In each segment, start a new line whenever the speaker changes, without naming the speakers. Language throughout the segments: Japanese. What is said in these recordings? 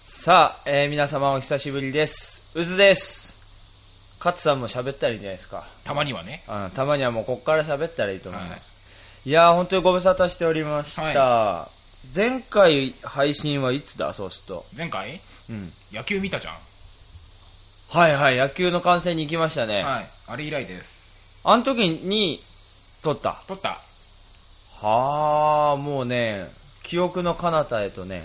さあ、えー皆様お久しぶりです。うずです。勝さんも喋ったらいいんじゃないですか。
たまにはね。
あのたまにはもうこっから喋ったらいいと思い
は
ま
い
す。い、やー、本当にご無沙汰しておりました。前回配信はいつだ、そうすると。
前回、
うん。
野球見たじゃん。
はいはい、野球の観戦に行きましたね。
はい。あれ以来です。
あの時に撮った。
撮った。
はあ、もうね、記憶の彼方へとね、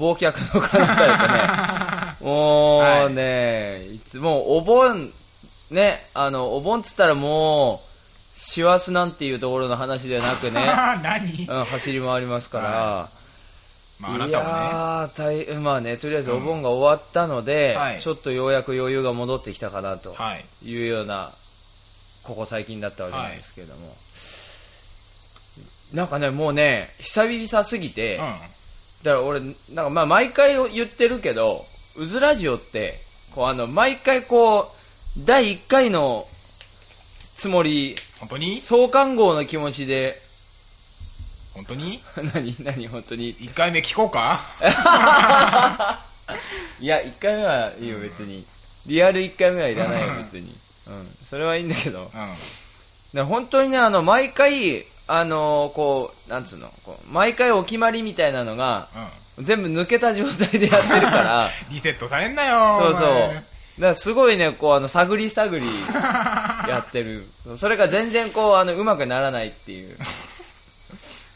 忘却の彼方へ とね、もうね、い、つもお盆、ね、あの、お盆っつったらもう、師走なんていうところの話ではなくね、
何
うん、走り回りますから、
まあ、あないたもね。
やー大まあね、とりあえずお盆が終わったので、
うんはい
ちょっとようやく余裕が戻ってきたかなと。
はい。
いうようなここ最近だったわけなんですけれども、なんかねもうね久々すぎて、
うん。
だから俺なんかまあ毎回言ってるけどうずラジオってこうあの毎回こう第1回のつもり
本当に
相関号の気持ちで
本当に
何何本当に
?1 回目聞こうか
いや1回目はいいよ別に、リアル1回目はいらないよ別に、うん、それはいいんだけど
うん。
ね、本当にね、あの、毎回、あのーこう、なんつうの、こう、毎回お決まりみたいなのが、
う
全部抜けた状態でやってるから、
ん。リセットされんなよ。
そうそう。だ
お
か
前
らすごいね、こう、あの、探り探り やってる。それが全然こう、あの、うまくならないっていう。だか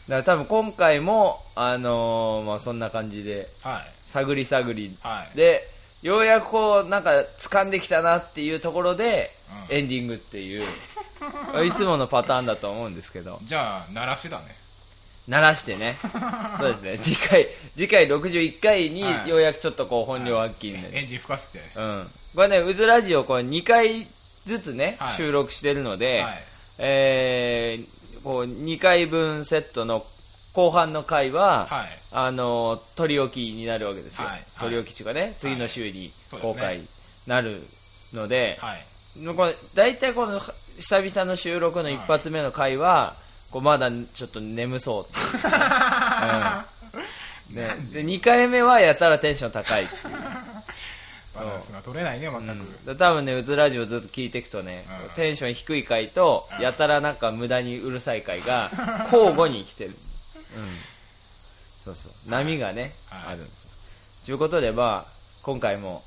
ら多分今回も、あのーまあ、そんな感じで、
はい。
探り探り
はい。
で、ようやくこう、なんか、掴んできたなっていうところで、
うん
エンディングっていう、 いつものパターンだと思うんですけど、
じゃあ、鳴らしだね。
鳴らして ね、そうですね、次回、次回61回に
はい
ようやくちょっとこう、本領発揮になる。
エンジン吹かせて。
うん。これね、うずラジオ、これ2回ずつね、
はい
収録してるので、
はい。
えー、こう、2回分セットの後半の回は、
はい。
あの取り置きになるわけですよ、
はいはい
取り置きというかね、次の週に
そうですね
公開なるので、
はい。
もうこれ大体この久々の収録の一発目の回は、こうまだちょっと眠そうって いうね、うんねで2回目はやたらテンション高いっていう
バランスが取れないね、全く。
うんだから多分ね、うずラジオずっと聞いていくとね、
うん
テンション低い回と、
うん
やたらなんか無駄にうるさい回が、 交互に来てる。うん。そうそう。波がね、
はい
ある。ということで、まあ、今回も、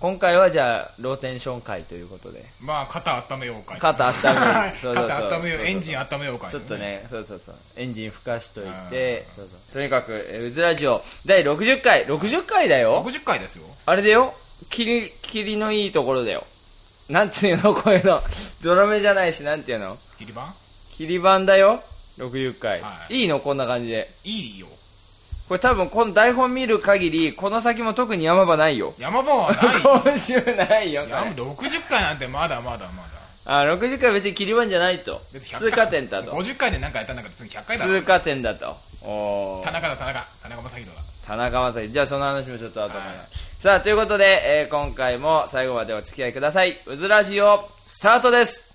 今回はじゃあ、ローテンション回ということで、
まあ、肩温めようか。。
肩温める そうそうそう
肩温めよう。エンジン
そう
温めようか。
そうそうちょっと。ね、そうそうそう。エンジン吹かしといて
う、
そうそうとにかく、えーうずラジオ、第60回、60回だよ
60回ですよ。
あれだよ霧、霧のいいところだよ。なんていうのこういうの。 ゾロ目じゃないし、なんていうの
切り板
霧版だよ ?60 回、
はい
い。いのこんな感じで。
いいよ。
これ多分、この台本見る限り、この先も特に山場ないよ。
山場はない よ。
今週ないよ、こ
い
れ
や60回なんてまだまだまだ
あ、60回別に霧版じゃないと。
別に100
通過点だと。
50回で何かやったんだから次100回だろ
通過点だと。おー
田中だ田中田中正宏だ
田中将大。じゃあその話もちょっと後で。
はい
さあ、ということで、えー今回も最後までお付き合いください。うずラジオ、スタートです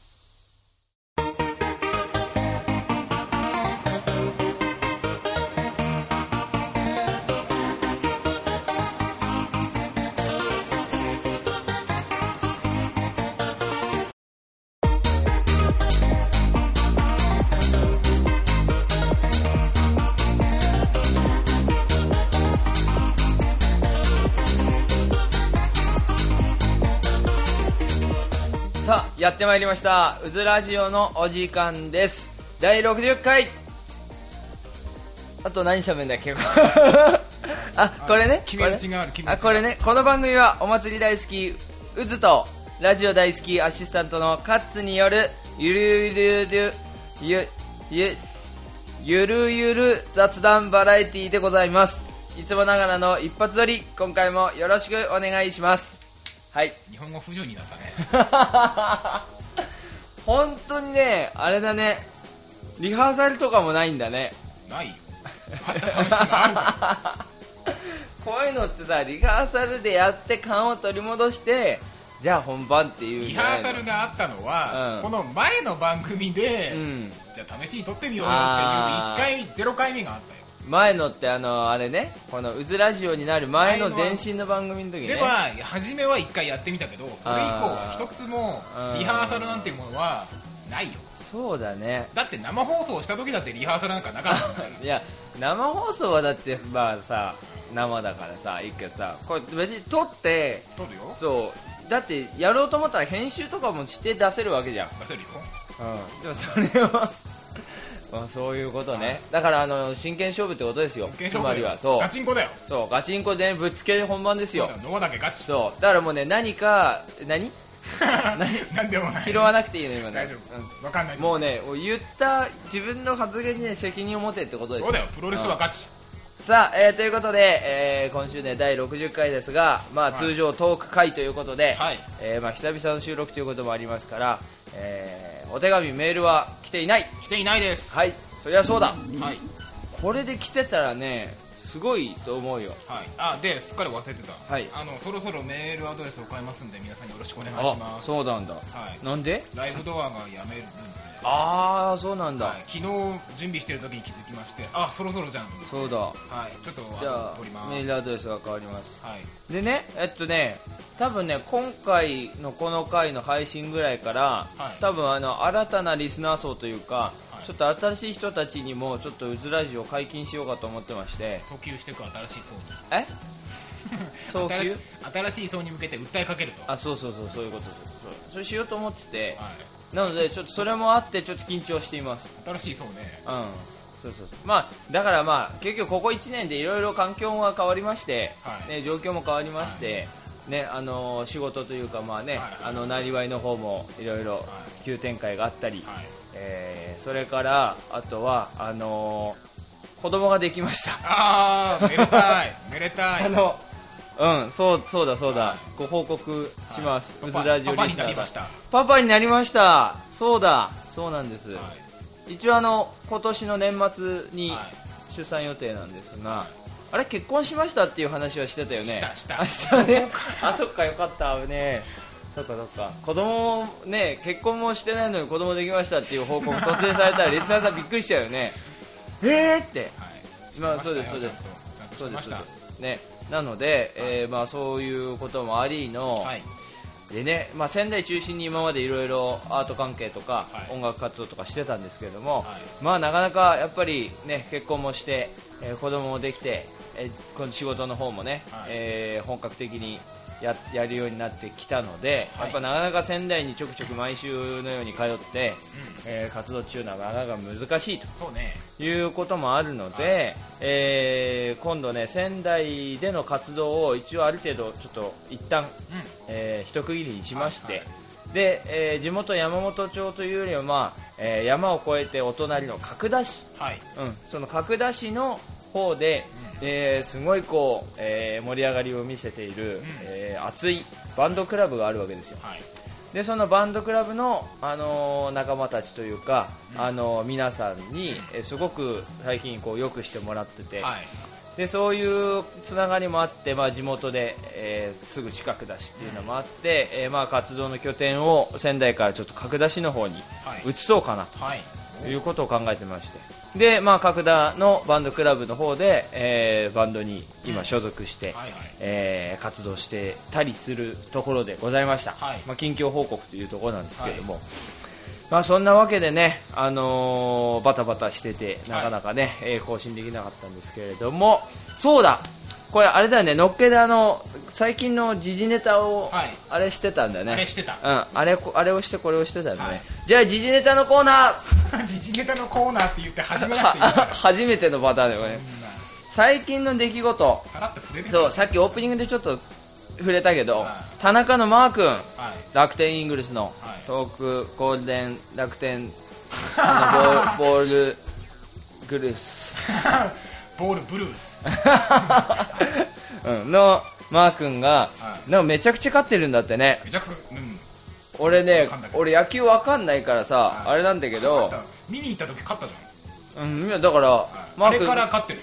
さあやってまいりました「うずラジオ」のお時間です第60回あと何喋るんだっけ あこれね
君打ちがある君打ちがあ
あ
る
これねこの番組はお祭り大好きうずとラジオ大好きアシスタントのカッツによるゆるゆるゆるゆゆゆるゆる雑談バラエティでございますいつもながらの一発撮り今回もよろしくお願いしますはい
日本語不自由になったね
本当にねあれだねリハーサルとかもないんだね
ないよあった試しがあるか
こういうのってさリハーサルでやって勘を取り戻してじゃあ本番って
ら
いうん
リ
じ
ハ
ゃない
ー
の
サルがあったのは、
うん
この前の番組で、
うん
じゃあ試しに撮ってみようよっていう1回目0回目があったよ
前のってあのあれねこのうずラジオになる前の
前の
前身の番組の時
で
ね
は初めは一回やってみたけどそれ以降は一つも
あー
リハーサルなんていうものはないよ
そうだね
だって生放送した時だってリハーサルなんかなかったん だから
いや生放送はだってまあさ生だからさいいけどさこれ別に撮って
撮るよ
そうだってやろうと思ったら編集とかもして出せるわけじゃん、
出せるよ
でもそれは まあそういうことねだからあの真剣勝負ってことですよ
真剣
つ
勝負
ま
だ
り
よ
はそう
ガチンコだよ
そうガチンコでぶっつけ本番ですよ
どこだけガチ
そうだからもうね何か何
何でもない
拾わなくていいの今ね
大丈夫わかんな
う
い
んもうね言った自分の発言に、ね、責任を持てってことです
そうだよプロレスはガチ
さあ、えーということで、えー今週ね第60回ですが、まあ、
い
通常トーク回ということで、
はい
えーまあ、久々の収録ということもありますから、えーお手紙メールは来ていない
来ていないです
はいそりゃそうだ
はい
これで来てたらねすごいと思うよ
はい、あですっかり忘れてた、
はい
あのそろそろメールアドレスを変えますんで皆さんよろしくお願い
あ
します
そうなんだ
はい
なんで
ライブドアがやめるんで、
ああそうなんだ、
はい、昨日準備してる時に気づきましてあそろそろじゃんは
そうだ
いちょっと
じゃ
あ
あ
の撮ります
メールアドレスが変わります
はい
でねえっとね多分ね今回のこの回の配信ぐらいから、
はい
多分あの新たなリスナー層というか、
はい
ちょっと新しい人たちにもちょっとうずラジオ解禁しようかと思ってまして
訴求していく新しい層に
え早
新し
急
新しい層に向けて訴えかけるとは
あそうそうそうそういうことそうそうそれしようと思ってて
い
なのでちょっとそれもあってちょっと緊張しています
新しい層ね
うんそうそうそうまあだからまあ結局ここ1年でいろいろ環境が変わりまして、
はい
ね、状況も変わりまして、ねあのー仕事というかまあね、
はい
あのなりわいの方もいろいろ
い
急展開があったり、
はい
えーそれからあとはあのー子供ができました
ああめでたいめでたい
あのうんそうそうだそうだ、
はい
ご報告します、
はいう
ずラジオ
パパ
リ
に
ス
な
ナ
り
ー
ま
が
したは
パパになりましたそうだそうなんです、
い
一応あの今年の年末に、
は
出産予定なんですが、あれ結婚しましたっていう話はしてたよね
したした
あしたねあそっかよかった危ねえそっかそっか子供もね結婚もしてないのに子供できましたっていう報告突然された らリスナーさんびっくりしちゃうよねえーって
はい
まあそうです
してまし
そ
たよ
う
ちゃんとちゃんとし
でそうです
てますした
ねなので、えーまあ、そういうこともありの、
はい
でね、まあ、仙台中心に今までいろいろアート関係とか
はい
音楽活動とかしてたんですけれども、
は
まあなかなかやっぱりね結婚もして、えー子供もできて、えーこの仕事の方もね、
はい
えー本格的にややるようになってきたので、
は
や
い
っぱなかなか仙台にちょくちょく毎週のように通って、えー活動中なかなか難しいと
そうね
いうこともあるので、
は
えー今度ね仙台での活動を一応ある程度ちょっと一旦
うん
えー一区切りにしまして、
はいは
でえー地元山本町というよりは、まあえー山を越えてお隣の角田市、
はい
うん、その角田市の方で、えーすごいこう、えー盛り上がりを見せている、えー熱いバンドクラブがあるわけですよ
はい
でそのバンドクラブの、あのー仲間たちというか、あのー皆さんに、えーすごく最近こうよくしてもらってて、
はい
でそういうつながりもあって、まあ、地元で、えーすぐ近くだしっていうのもあって、えーまあ、活動の拠点を仙台からちょっと角田市の方に
はい
移そうかな
はい
ということを考えてましてで、まあ、角田のバンドクラブの方で、えーバンドに今所属して、
はいはい
えー活動してたりするところでございました、
はい
まあ、近況報告というところなんですけれども、まあ、そんなわけでね、あのーバタバタしててなかなかね、えー更新できなかったんですけれどもそうだこれあれだよねのっけであの最近の時事ネタを
はい
あれしてたんだよね、
あれし てた
うん、あれこあれをしてこれをしてたんだね、
はい
じゃあ時事ネタのコーナー
時事ネタのコーナーって言って始めなくていいから
初めてのパターンだよね最近の出来事
さらっと触れる
そうさっきオープニングでちょっと触れたけど、
は
田中のマー君
はい
楽天イングルスの
はい
東北ゴールデン楽天あのボーボ ールグルース、
ボールブルース
うん、のマー君が、
はい
なんかめちゃくちゃ勝ってるんだってね
めちゃくうん
俺ね
わかんない
俺野球わかんないからさ、
はい
あれなんだけど、
勝った見に行った時勝ったじ
うん、今だから、
ゃん、はい
マ
あ
ー
れ
君
から勝ってる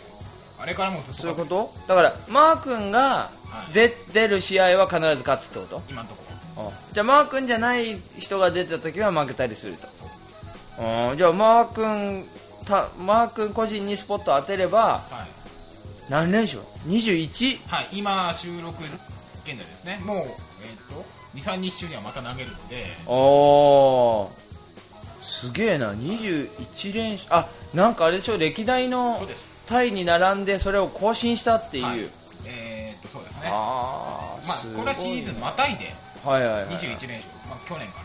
あれからもうずっと
そういう
勝って
こ
る
とだからマー君が
い
出,、出る試合は必ず勝つってこと
今のとこ
じゃあマー君じゃない人が出た時は負けたりすると
そう
うんじゃあマー君たマー君個人にスポット当てれば
はい、
何連勝 ?21?
はい、今収録現在ですねもう、えっと23日中にはまた投げるので
おーすげえな21連勝あなんかあれでしょ歴代の
そうです
タイに並んでそれを更新したっていう、
はいえっとそうですね
ああ
まあこれはシリーズまたいで
はいはいはい
21連勝、まあ、去年か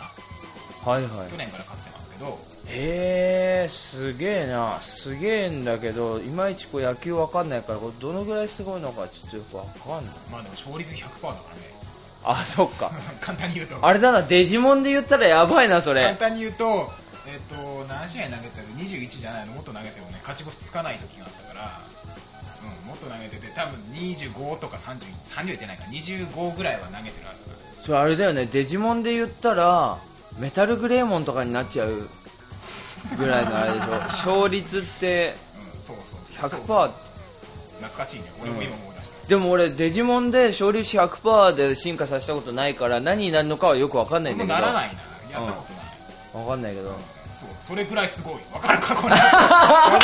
な
はいはい
去年から勝ってますけど
へえすげえなすげえんだけどいまいちこう野球わかんないからこれどのぐらいすごいのかちょっとよくわかんない
まあでも勝率100%だからね
あそっか
簡単に言うと
あれだなデジモンで言ったらやばいなそ
簡
れ
単に言うとえっと何試合投げてる21じゃないのもっと投げてもね勝ち星つかない時があったからうんもっと投げてて多分25とか3030 30ってないか25ぐらいは投げてるはずだ
それあれだよねデジモンで言ったらメタルグレーモンとかになっちゃうぐらいのあ れでしょ勝率って
うんそうそうそ
100%
う懐かしいね俺も今思い出し
でも俺デジモンで勝率100%で進化させたことないから何になるのかはよくわかんな
た、
いん
も
だ
う
けど
ならないなやったことない、
わかんないけ ど
そうそれぐらいすごいわかるか これ大丈夫よ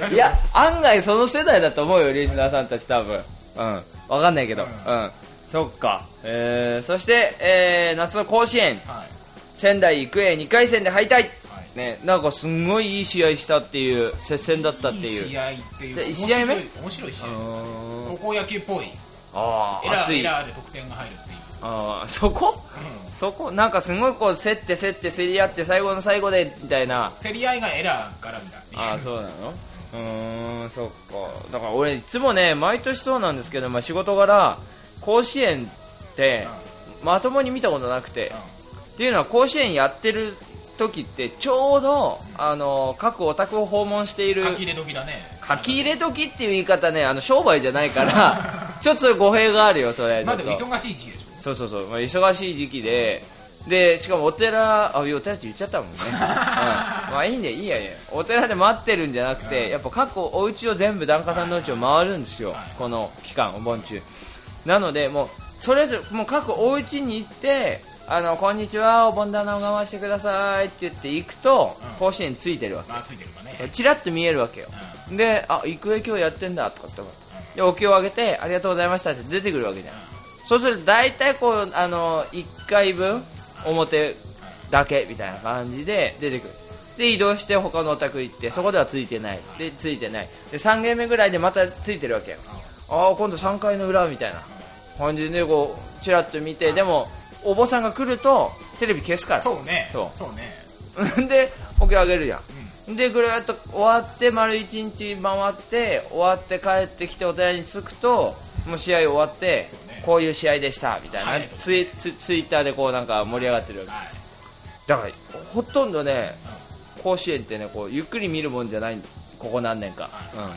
大丈夫
いや、案外その世代だと思うよ、リスナーさんたち多分。うん。わかんないけど。う
うん
ん。そっか。えー、そして、えー、夏の甲子園、
はい
仙台育英2回戦で敗退
は
ね、なんかすんごいいい試合したっていう、接戦だったって
いい
いう。
試合っていう
で
面白い
一試合目
面白い試合
うーん
高校野球っぽい
あ
エ
あ、
ラ
熱
ーエ
い。あ
ラーで得点が入るっていう、
あー、そこ
う
そこなんかすごいこう、競って競って競り合って、最後の最後で、みたいな。
ん、競り合いがエラーからみたいな
ああそうなのうーんそっかだから俺いつもね毎年そうなんですけど、まあ、仕事柄甲子園ってまともに見たことなくてっていうのは甲子園やってる時ってちょうどあの各お宅を訪問している
書き入れ時だね
書き入れ時っていう言い方ねあの商売じゃないからちょっとそれ語弊があるよそれ
まあ
ち
で
ょ
も
っと
忙しい時期でしょ
そうそうそう、まあ、忙しい時期ででしかもお寺あお寺って言っちゃったもんね、 うん、まあいいねいいやいいやお寺で待ってるんじゃなくて、やっぱ各お家を全部檀家さんの家を回るんですよ、この期間お盆中なのでもうそれぞれもう各お家に行ってあのこんにちはお盆棚を我慢してくださいって言って行くと、
うん
甲子園ついてるわ
まあついてるかね、
けちらっと見えるわけよ
う
であ育英今日やってんだとかって思ってでお経をあげてありがとうございましたって出てくるわけじゃんそうすると大体こうあの1回分表だけみたいな感じで出てくるで移動して他のお宅行ってそこではついてないでついてないで3軒目ぐらいでまたついてるわけよああ今度3回の裏みたいな感じでこうチラッと見てでもお坊さんが来るとテレビ消すか
うんそうね
そう
そうね
ら でお経あげるじゃんでぐるーっと終わって丸一日回って終わって帰ってきてお寺に着くともう試合終わって
ね
こういう試合でしたみたいな、
はい
ツイツツイッターでこうなんか盛り上がってるわけ
はい
だからほとんどね甲子園ってねこうゆっくり見るもんじゃないここ何年か、
はい
うん、
はい
っ
は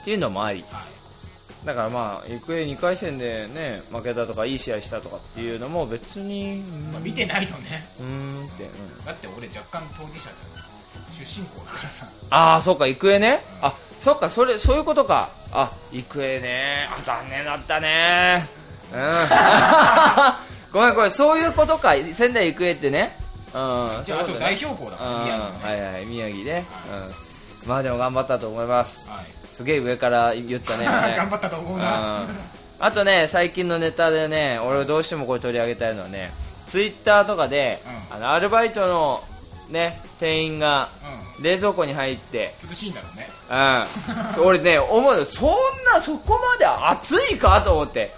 い
ていうのもあり
はい
だからまあ行方2回戦でね負けたとかいい試合したとかっていうのも別に
まあ見てないとね
うーんって、うん、
だって俺若干当事者だよ出身校だからさ
ああそっか育英ねあそっかそれそういうことかあ育英ねあ残念だったねうんごめんごめ んそういうことか仙台育英ってねうん
じゃ
そ
ああ
うい
と
うこと
代
ね
表校だ
う
か
ん
ら宮城のね
はいはい宮城ねうんまあでも頑張ったと思います
はい
すげえ上から言ったね今ね
頑張ったと思うな
うんあとね最近のネタでね俺どうしてもこれ取り上げたいのはねツイッターとかで、
うん
あのアルバイトのね店員が
う
冷蔵庫に入って
ん涼しいんだろうね
うん、そう俺ね思うのそんなそこまで暑いかと思って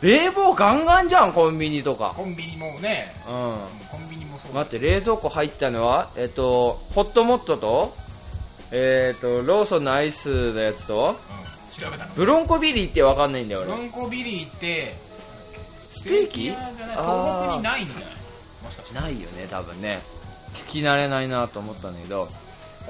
冷房ガンガンじゃんコンビニとか
コンビニもね
うん
コンビニもそう
待って冷蔵庫入ったのはえっとホットモットとえっとローソンのアイスのやつと
うん調べたの
ブロンコビリーってわかんないんだよ
ブロ
俺
ンコビリーって
ステーキ
屋じゃない東北
あ
にないんじゃないもしかして
ーないよね多分ね聞き慣れないなと思ったんだけど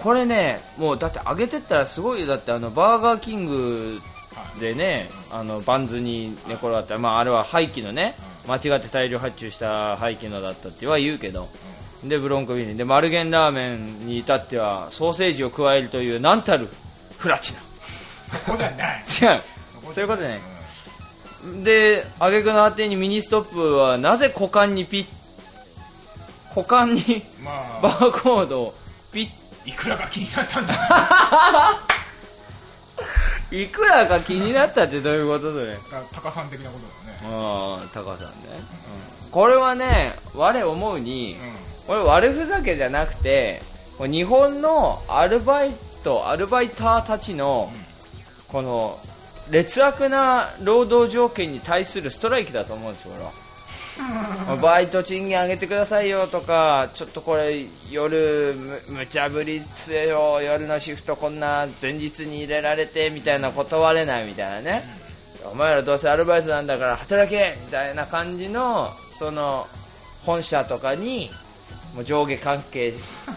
これねもうだって揚げてったらすごいよだってあのバーガーキング
はい
でねあのバンズに寝転がった、まあ、あれは廃棄のね間違って大量発注した廃棄のだったっては言うけどでブロンコビリーで丸源ラーメンに至ってはソーセージを加えるというなんたるフラチ
そこじゃない
ナ違う そういうことねで挙句の果てにミニストップはなぜ股間にピッ股間に
うんま
バ
あ
ーコードをピッ
いくらが気になったんだ
いくらか気になったってどういうことそれ
タカさん的なことだよ
あ
ね
あタカさんね、これはね我思うに、これ悪ふざけじゃなくてこう日本のアルバイトアルバイターたちの
うん、うん、
この劣悪な労働条件に対するストライキだと思うんですよ俺は バイト賃金上げてくださいよとかちょっとこれ夜む無茶ぶりっすよ夜のシフトこんな前日に入れられてみたいな断れないみたいなねお前らどうせアルバイトなんだから働けみたいな感じのその本社とかにもう上下関係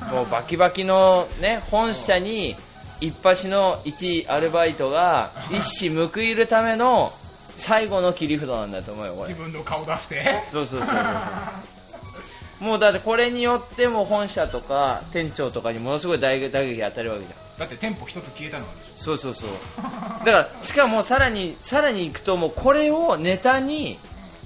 もうバキバキの、ね、本社に一発の一アルバイトが一矢報いるための最後の切り札なんだと思うよこれ
自分の顔出して
そうそうそうそうもうだってこれによっても本社とか店長とかにものすごい大打撃当たるわけじゃん
だって店舗一つ消えたのはでし
そうそうそうだからしかもさらにさらにいくともうこれをネタに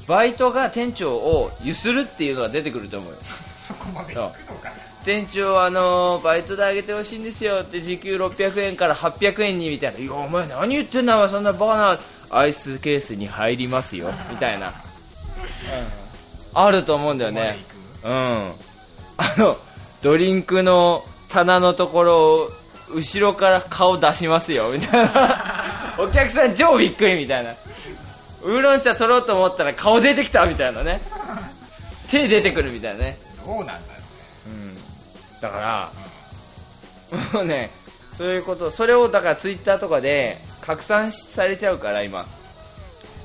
バイトが店長をゆするっていうのが出てくると思うよ
ょそこまで行くのかな
店長あのーバイトであげてほしいんですよって時給600円から800円にみたいないやお前何言ってんだお前そんなバカなアイスケースに入りますよみたいな、あると思うんだよね
そこ
うんあのドリンクの棚のところを後ろから顔出しますよみたいな お客さん超びっくりみたいなウーロン茶取ろうと思ったら顔出てきたみたいなね手出てくるみたいなね
どうなんだろ
だから、もうねそういうことそれをだからツイッターとかで拡散しされちゃうから今、
う、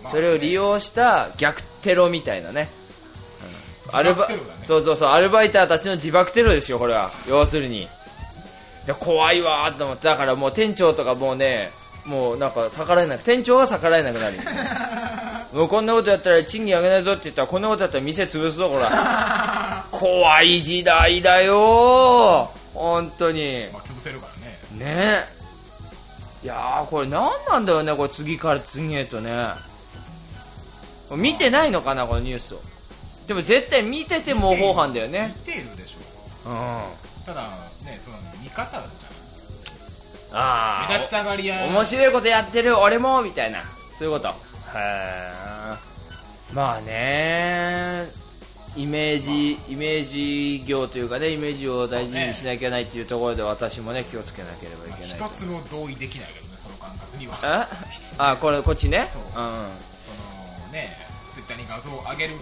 まあ
それを 利用した逆テロみたいなね、
自爆テロだね
そうそうそうアルバイターたちの自爆テロですよこれは要するにで怖いわーと思ってだからもう店長とかもうねもうなんか逆らえなく店長が逆らえなく なるもうこんなことやったら賃金上げないぞって言ったらこんなことやったら店潰すぞこら怖い時代だよー本当に
まあ、潰せるからね
ねいやーこれ何なんだよねこれ次から次へとね見てないのかなこのニュースをでも絶対見てて模倣犯だよね
見ているでしょ
うんあ
ただねその見方じゃん
あ
目立ちたがり屋
お面白いことやってる俺もみたいなそういうことへえまあねイメージ、イメージ業というかねイメージを大事にしなきゃいけないっていうところで私もね気をつけなければいけない
一つも同意できないけどねその感覚には
えあこれこっちね
そう
うん
そのねツイッターに画像を上げる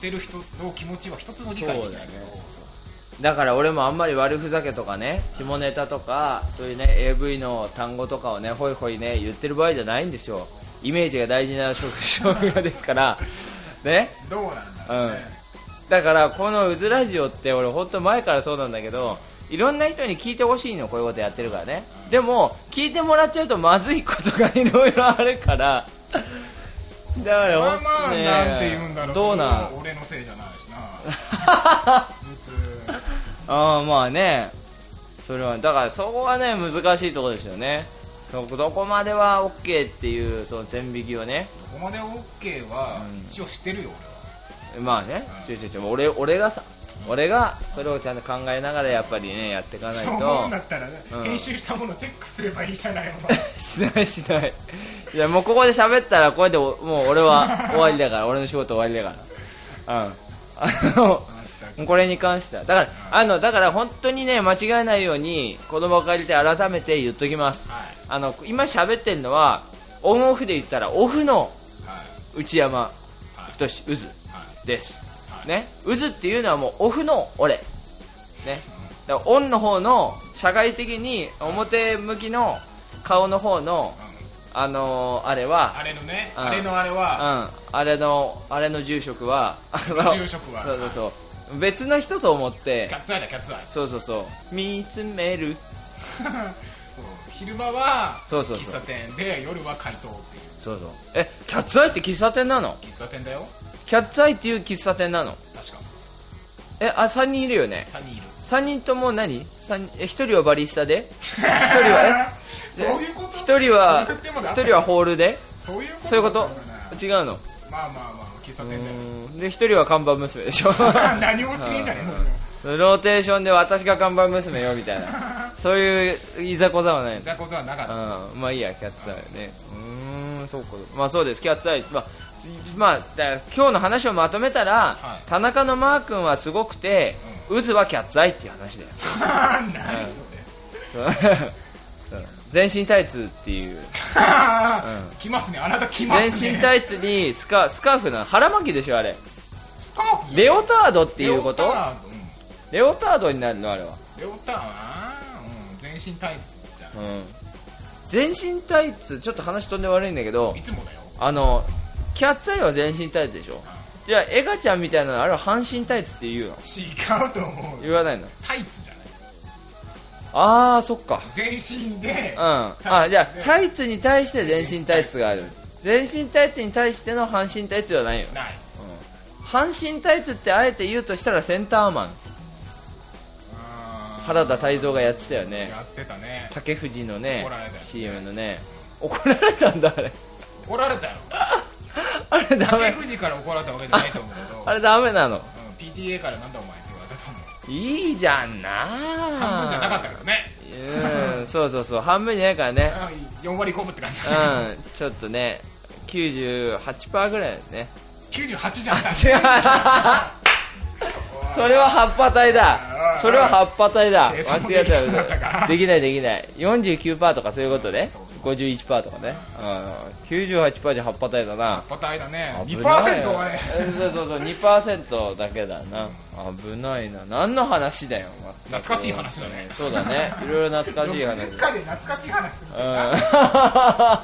てる人の気持ちは一つも理解できないけど
そうだね
そう
だから俺もあんまり悪ふざけとかね下ネタとかそういうね AV の単語とかをねホイホイね言ってる場合じゃないんですよイメージが大事な職職業ですから ね
どうなんだ
う
ろうんね、
だからこの「うずラジオ」って俺本当前からそうなんだけどいろんな人に聞いてほしいのこういうことやってるからねでも聞いてもらっちゃうとまずいことがいろいろあるからだから
ま
ほ
あ
ん
まあ、
とね
なんて言うんだろう
どうなん
それは俺のせいじゃないしな 別
ああまあねそれはだからそこがね難しいところですよねどどこまでは OK っていうその線引きをね
ここまで OK は一応してるよ
まあねちょいちょいちょい俺俺がさ俺がそれをちゃんと考えながらやっぱりねやっていかない
俺はそう思うんだ
と
ったらね
うん
編集したものチェックすればいいじゃないの
しないしないいやもうここで喋ったらこれでおもう俺は終わりだから俺の仕事終わりだからうんあのこれに関してはだからあのだから本当にね間違えないように子供を借りて改めて言っときます
はい
あの今喋ってるのはオンオフで言ったらオフの
はい
内山
はい
太志渦
はい
です、
はい
ね渦っていうのはもうオフの俺ねだからオンの方の社会的に表向きの顔の方の
うん
あのーあれは
あれのね
うん
あれのあれ
うん
は
あれのあれの住職はあの
住職は
そうそうそう別の人と思って
キャッツアイだキャッツアイ
そうそうそう見つめる
そう昼間は
そうそうそう
喫茶店で夜は怪盗っていう
そうそうえキャッツアイって喫茶店なの
喫茶店だよ
キャッツアイっていう喫茶店なの
確か
えあ3人いるよね
3人いる
3人とも何三人え1人はバリスタで1人はえ
そういうこと
1人は
そういう設定まであ
1
った
人はホールで
そういうこと
そういうこと
なんだ
違うの
まあまあまあ喫茶
う
店だよ
ーんで1人は看板娘 でしょ
何もしねえんじゃねえの
ローテーションで私が看板娘よみたいなそういういざこざはないの
ざこざはなかった
うんまあいいやキャッツアイねうーんそうかまあそうですキャッツアイまあすまあ、だ今日の話をまとめたら、
はい
田中のマー君はすごくて、渦はキャッツアイっていう話だよ
何それ
そう そう全身タイツっていう
来ますねあなた来ま
全
すね
身タイツにスカスカーフなの腹巻きでしょあれ
スカーフ
レオタードっていうこと
レオタードう
レオタード
ん
になるのあれは、
レオタードなうん全身タイツじゃん
うん、全身タイツちょっと話飛んで悪いんだけど
いつもだよ
あのキャッツアイは全身タイツでしょじゃあエガちゃんみたいなのあれは半身タイツって言うの
違うと思うよ
言わないの
タイツじゃない
ああそっか
全身で
うんあじゃあタイツに対して全身タイツがある全身タイツに対しての半身タイツはないよ
ない
半身タイツってあえて言うとしたらセンターマン
あー
原田泰造がやってたよね
やってたね
竹藤のね
怒られたよ
CM のね怒られたんだあれ
怒られたよ
あれ ダ
竹
メ
藤から怒られたわけじゃないと思うけど
あれダメなの
うん PTA からなんだお前って言われたと思う
いいじゃんな
半分じゃなかっ
か
たけどね
うんそうそうそう半分じゃないからね
4割5分って感じ
うんちょっとね98%ぐらいだよ ね
98じゃ ん
違うそれは葉っぱ体だそれは葉っぱ体だ
計
間
算も
違え
できなかった
た
か
できないできない49%とかそういうことね51%とかね、うん、98%じゃ葉っぱ体だな
答えだね
危
2%
ないよ
はね
そうそうそう2%だけだな危ないな何の話だよ
懐かしい話だね
そうだねいろいろ懐かしい話
60回で懐かしい話するってな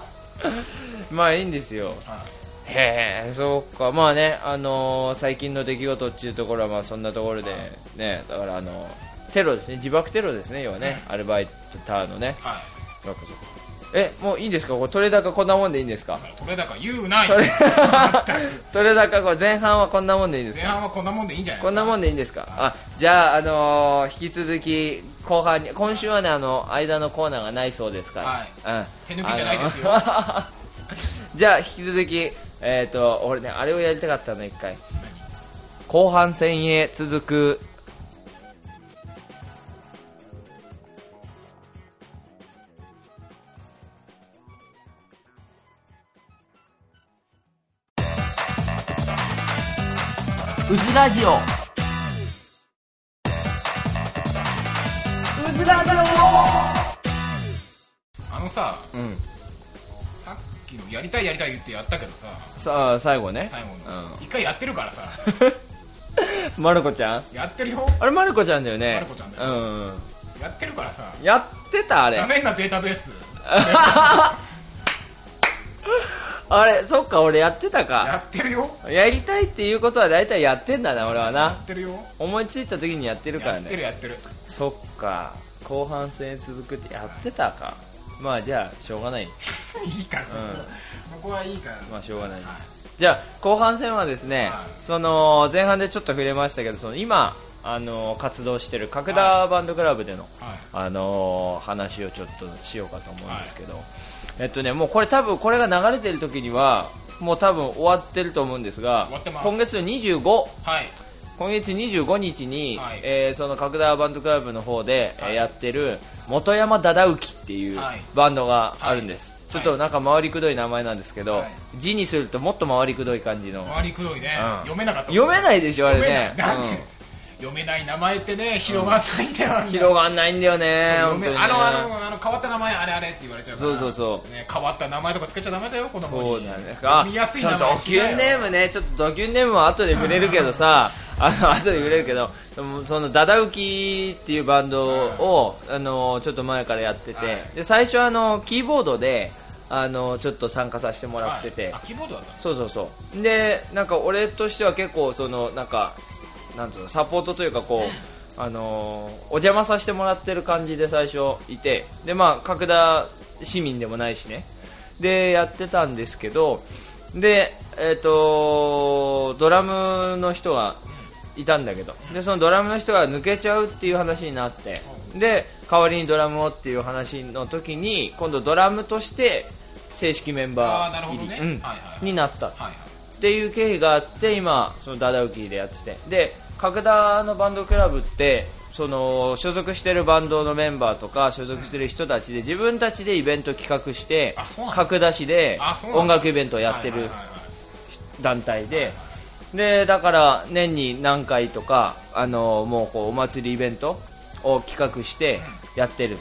うん まあいいんですよ
は
へえそうかまあねあのー最近の出来事っていうところはまあそんなところでねだからあのテロですね自爆テロですね要はね、アルバイターのね
は
えもういいんですかこれ取れ高こんなもんでいいんですか
い取れ高言うない
取れ取れ高これ前半はこんなもんでいいんです
前
か
半はこんなもんでいいんじゃない
こんなもんでいいんですかあじゃあ、あのー引き続き後半に今週はねあの間のコーナーがないそうですから、
手
うん、
抜きじゃないですよ
あの じゃあ引き続きえっ、と俺ねあれをやりたかったの一回後半戦へ続くうずラジオうずラジ
あのさ
オうん
さっきのやりたいやりたい言ってやったけどさ
さあ最後ね
最後の
う
一回やってるからさ
まる子ちゃん
やってるよ
あれまる子ちゃんだよね
まる子ちゃんだよ
うんうん
やってるからさ
やってたあれ
ダメなデータベース
あれそっか俺やってたか
やってるよ
やりたいっていうことは大体やってんだな俺はな
やってるよ
思いついた時にやってるか
や
ら
ってる
ね
やってる
そっか後半戦続くってやってたかまあじゃあしょうがない
いいからそこ
うん
そこはいいから
まあしょうがないですじゃあ後半戦はですね
はい
その前半でちょっと触れましたけどその今あの活動してる角田バンドクラブでの
はい
あのー話をちょっとしようかと思うんですけど、えっとねもうこれ多分これが流れてる時にはもう多分終わってると思うんですが
終わってます
今月25
はい
今月25日に、
はい
えーその角田バンドクラブの方で、えー
はい
やってる元山忠之っていう
はい
バンドがあるんです、
はい
ちょっとなんか回りくどい名前なんですけど、
はい
字にするともっと回りくどい感じの
周りくどいね
うん
読めなかった
読めないでしょあれ
読め
ね
ないなんで
うん
読めない名前ってね広がらないんだよあんな
広がんないんだよね
読
本当
め
にね
あのあのあの変わった名前あれあれって言われちゃうから
そうそうそう
ね変わった名前とかつけちゃダメだよ子供に
そうだね。
読みやすい
ちょっ
名
とド
前
キュンネームね、ちょっとドキュンネームは後で触れるけどさ、あの後で触れるけど、でもそのダダウキっていうバンドを、あのちょっと前からやってて、
はい
で最初あのキーボードであのちょっと参加させてもらってて、
はいあキーボードだったの
そうそうそうでなんか俺としては結構そのなんかなんつうのサポートというかこう、あのーお邪魔させてもらってる感じで最初いてでまあ角田市民でもないしねでやってたんですけどでえっ、とドラムの人がいたんだけどでそのドラムの人が抜けちゃうっていう話になってで代わりにドラムをっていう話の時に今度ドラムとして正式メンバ
あーなる
ー
ほ
入
ど
り
ね
うん
はいはいはい
になったっ
はいはい
ていう経緯があって今そのダダウキーでやっててで角田のバンドクラブってその所属してるバンドのメンバーとか所属してる人たちで自分たちでイベント企画して
あそうなんだ
格出しで
あそうなんだ
音楽イベントをやって
はい
る
はいはいはい
団体ででだから年に何回とかあのもうこうお祭りイベントを企画してやってる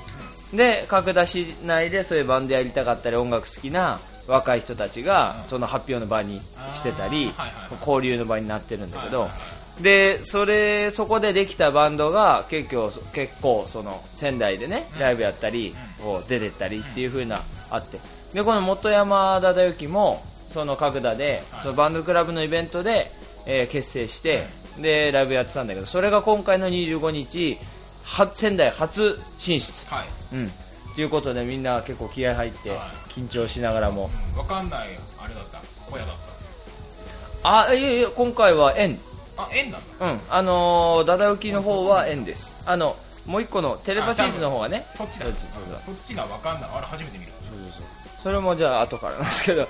で格出し内でそういうバンドやりたかったり音楽好きな若い人たちがその発表の場にしてたり
あーはいはいはい
交流の場になってるんだけ
は
ど
いはい
でそれそこでできたバンドが結構そ結構その仙台でねライブやったりこう出てったりっていう風なあってでこの元山忠之もその角田で
はい
そのバンドクラブのイベントで、えー結成してでライブやってたんだけどそれが今回の25日は仙台初進出
はい
うんということでみんな結構気合入って
はい
緊張しながらも
うんわかんないあれだった小屋だっ
あいやいや今回は円
たあ円なんだ
うん、あのー、ダダウキの方は円です。あの、もう一個のテレパシーズの方はね。
そっちだ
そ
そうっ
そうそう
ちがわかんないあれ初めて見る
そうそうそうそれもじゃあ後からなんですけど。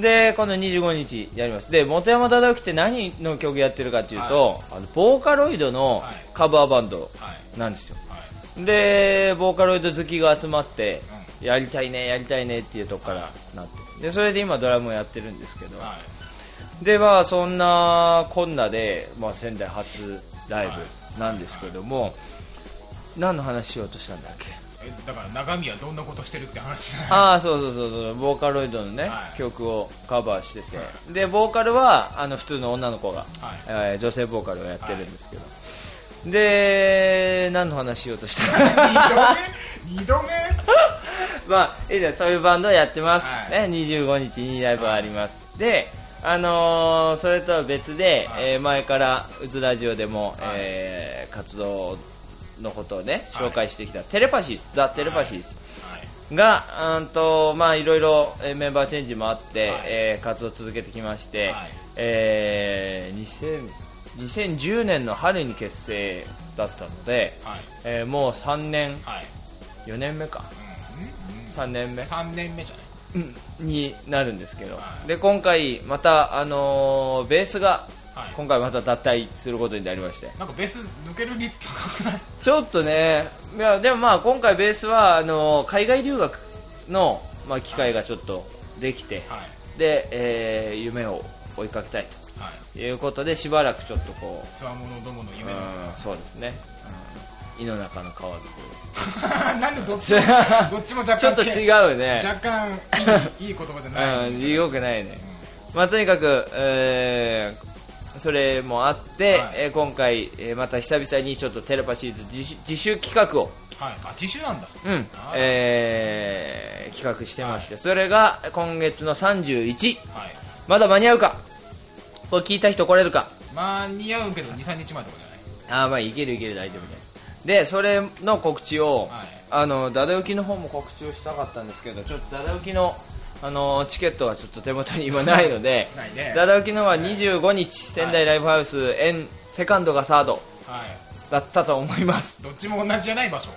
で、今度25日やります。で、元山ダダウキって何の曲やってるかっていうと、あの、ボーカロイドの
はい
カバーバンド
はい
なんですよ。
はい
で、ボーカロイド好きが集まって、
う
やりたいね、やりたいねっていうとこからなって。で、それで今ドラムをやってるんですけど。
はい
でまあそんなこんなで、まあ、仙台初ライブなんですけども、何の話しようとしたんだっけ
えだから中身はどんなことしてるって話じゃない
ああそうそうそうそうボーカロイドのね、
はい
曲をカバーしてて、
は
でボーカルはあの普通の女の子が、
はい
えー女性ボーカルをやってるんですけど、で何の話しようとした
二度目二度
まあ、いいですそういうバンドをやってます、
は
ね、25日にライブあります、で、あのーそれとは別で、
はい
えー前から「うずラジオ」でも、
い
えー活動のことをね
はい
紹介してきた、テレパシー「ザ・テレパシーズ」
目はい
がうーんとまあいろいろえーメンバーチェンジもあって、
はい
えー活動を続けてきまして、
はい
えー2000 2010年の春に結成だったので、
はい
えーもう3年
はい
4年目か
うん
3年目
3年目じゃない
うんになるんですけど、
はい
で今回また、あのーベースが
はい
今回また脱退することになりまして
なんかベース抜ける率高くない
ちょっとねいやでもまあ今回ベースはあのー海外留学の、まあ、機会がちょっとできて、
はい
で、えー夢を追いかけたい
はい
ということでしばらくちょっとこ
つわものどもの
う、
夢の
うん、そうですね、うん、井の中の蛙という
なんでどっちもどっちも若干
ちょっと
う
違うね
若干いいいい言葉じゃな
う
い
ん、地獄ないね、まあ、とにかく、えーそれもあって、
はい
えー今回、えーまた久々にちょっとテレパシーズ自主自主企画を、
はいあ自主なんだ
うん
あー
えー企画してまして、それが今月の31
はい
まだ間に合うかこれ聞いた人来れるか
間に合うけど23日前とかじゃない
ああまあいけるいける大丈夫だよでそれの告知を、
はい
あのダダウキの方も告知をしたかったんですけどちょっとダダウキのあのチケットはちょっと手元に今ないので
ないね
ダダウキのは25日仙台ライブハウス N セカンドがサード
はい
だったと思います
どっちも同じじゃない場所違う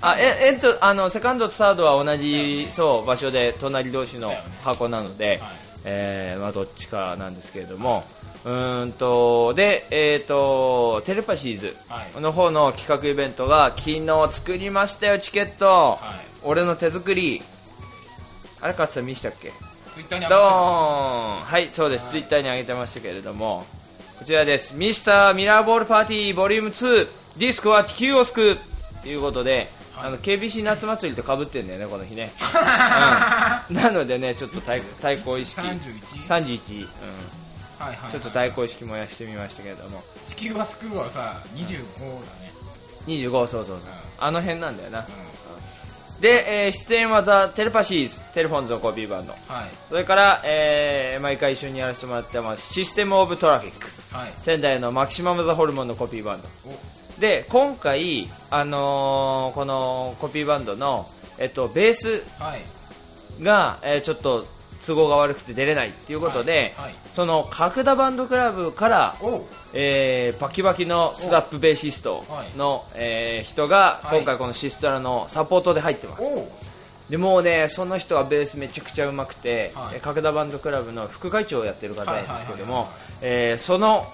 あええっとあのセカンドとサードは同じそう場所で隣同士の箱なので、
はい
えーまあ、どっちかなんですけれども、うーんとで、えー、とテレパシーズ
はい
の方の企画イベントが昨日作りましたよチケット、
い
俺の手作りあれかつて見したっけ
ツイッターに上
ドー
がっ
ンはいそうです、
はい
ツイッターに上げてましたけれどもこちらですミスターミラーボールパーティーボリューム2ディスクは地球を救うということで、
はい
あの KBC 夏祭りとかぶってんだよねこの日ね、うんなのでねちょっと対対抗意識
31
31、うん、
はいはいはい
ちょっと対抗意識燃やしてみましたけれども
地球は救うはさ25だね
25そうそうそうあの辺なんだよな
う
で、えー出演はザ・テレパシーズテレフォンズのコピー版の
んはい
それから、えー毎回一緒にやらせてもらってますシステム・オブ・トラフィック
はい
仙台のマキシマム・ザ・ホルモンのコピーバンド
お
で今回、あのーこのコピーバンドの、えっと、ベース
はい
が、えーちょっと都合が悪くて出れないっていうことで、
はいはい
その角田バンドクラブから、
お
えーバキバキのスラップベーシストの、えー人が
はい
今回このシストラのサポートで入ってます、
お
でもうねその人はベースめちゃくちゃうまくて、
はい
えー角田バンドクラブの副会長をやってる方なんですけど
はいはいはい
も
はい
えーその、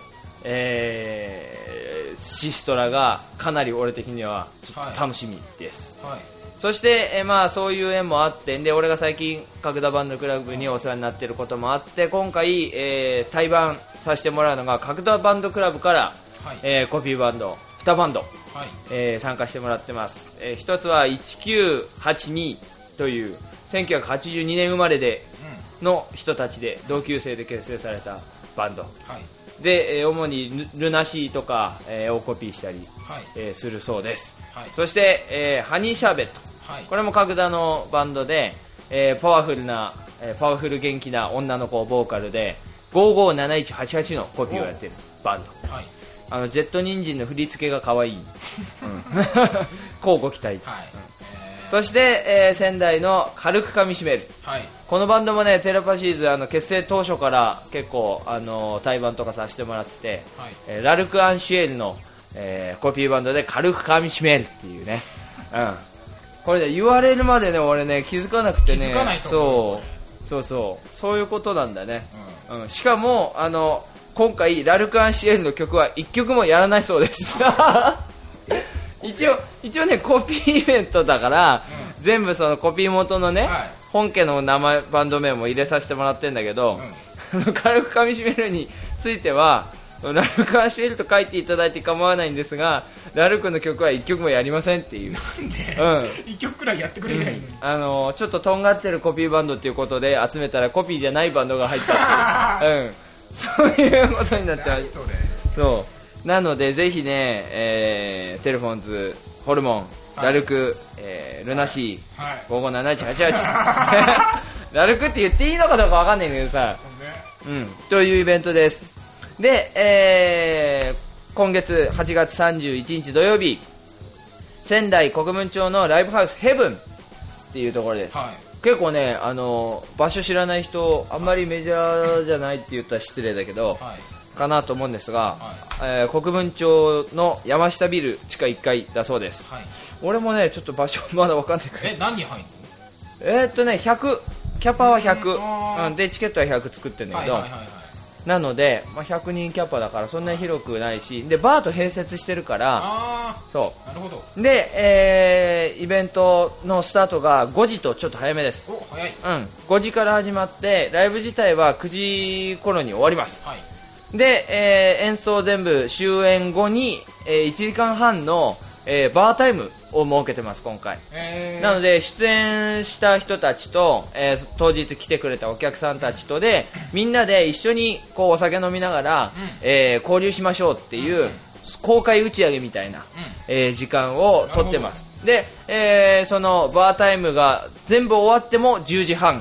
えーシストラがかなり俺的にはちょっ
はい
と楽しみです、
はい
そして、えーまあ、そういう縁もあってで俺が最近角田バンドクラブにお世話になっていることもあって今回、えー対バンさせてもらうのが角田バンドクラブから、
はい
えーコピーバンド2バンド、
はい
えー参加してもらってます、えー一つは1982という1982年生まれで
うん
の人たちで同級生で結成されたバンド
はい
で、えー主にルルナシーとか、えーをコピーしたり、
はい
えーするそうです、
はい
そして、えーハニーシャーベット
はい
これも角田のバンドで、えーパワフルな、えーパワフル元気な女の子をボーカルで557188のコピーをやってるバンド
はい
あのジェットニンジンの振り付けが可愛い、うん 乞うご期待、
はいえ
そして、えー仙台の軽く噛みしめる
ーはい
このバンドもねテレパシーズあの結成当初から結構あの対バンとかさせてもらってて、
はい
えーラルク・アンシュエルの、えーコピーバンドで軽く噛みしめるっていうね、うん、これね言われるまでね俺ね気づかなくてね
気づかないと思
そ
う
うそうそうそういうことなんだね、うんしかもあの今回ラルク・アンシエルの曲は1曲もやらないそうです 一応一応ねコピーイベントだから、全部そのコピー元のね、
はい
本家の名前バンド名も入れさせてもらってんだけど、軽く噛みしめるについてはラルク・アンシエルと書いていただいて構わないんですがラルクの曲は1曲もやりませんっていう
うんで
うん
一曲くらいやってくれりゃいいのに
あのちょっととんがってるコピーバンドっていうことで集めたらコピーじゃないバンドが入ったっていう うんそういうことになってま
何
す
それ
そうなのでぜひね、えーテレフォンズホルモン
はい
ラルク、えールナシ
はい
ー、557188 ラルクって言っていいのかどうかわかんないんだけどさ、
ほんで
うん、というイベントですで、えー今月8月31日土曜日仙台国分町のライブハウスヘブンっていうところです、
はい
結構ねあの場所知らない人あんまりメジャーじゃないって言ったら失礼だけど、
はい
かなと思うんですが、
は
えー国分町の山下ビル地下1階だそうです、
はい
俺もねちょっと場所まだわかんないから
え何人入んの
えーっとね100キャパは
うん
100、うん、でチケットは100作ってんだ
は
け
い
ど、
はいはいはい
なので、まあ、100人キャパだからそんなに広くないしでバーと併設してるから
あ
そ
あなるほど
うで、えーイベントのスタートが5時とちょっと早めです
お早い
うん5時から始まってライブ自体は9時頃に終わります
はい
で、えー演奏全部終演後に、え1時間半の、えーバータイムを設けてます今回
えー
なので出演した人たちと、えー当日来てくれたお客さんたちとでみんなで一緒にこうお酒飲みながら、えー交流しましょうっていう、公開打ち上げみたいな、えー時間をとってますで、えーそのバータイムが全部終わっても10時半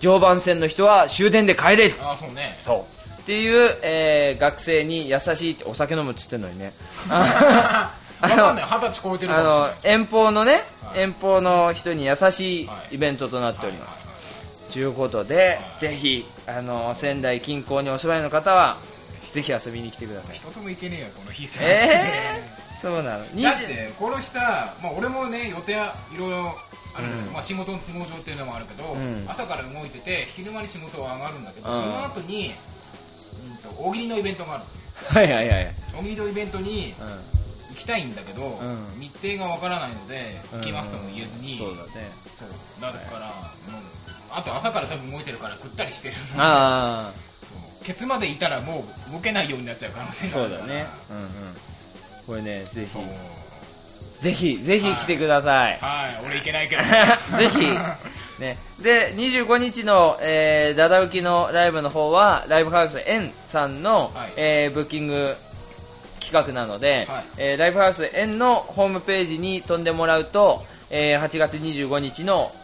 常磐線の人は終電で帰れる
ああそうね
そうっていう、えー学生に優しいってお酒飲むっつってんのにね
わかんない二十歳超えてるかもしれない
あの遠方のね、
はい
遠方の人に優しい
はい
イベントとなっております、
はいはいはい
ということで、ぜひあの仙台近郊にお住まいの方はぜひ遊びに来てください
一つも行けねえよこの日さ
えー、そうなの20
だってこの日さ、まあ、俺もね予定はいろいろあるけど、まあ、仕事の都合上っていうのもあるけど、
ん
朝から動いてて昼間に仕事は上がるんだけど、
うん
その後に、うん、と大喜利のイベントがある
はいはいはい、
大喜利のイベントに
う
行きたいんだけど、
ん
日程がわからないので行きますとも言えず
ん、
に、
そうだね
そうだから、もうあと朝から多分動いてるからぐったりしてるな
あ
そうケツまでいたらもう動けないようになっちゃう可能
あ
性が
そ
あ
う
るから
だねうんうんこれねぜ
そう
ひぜひぜひ来てくださ い、
はい俺行けないけど
ぜひ、ね、で25日の、えーダダウキのライブの方はライブハウス円さんの、
はい
えーブッキング企画なので、
はい
えーライブハウス円のホームページに飛んでもらうと、えー8月25日の、えー
はい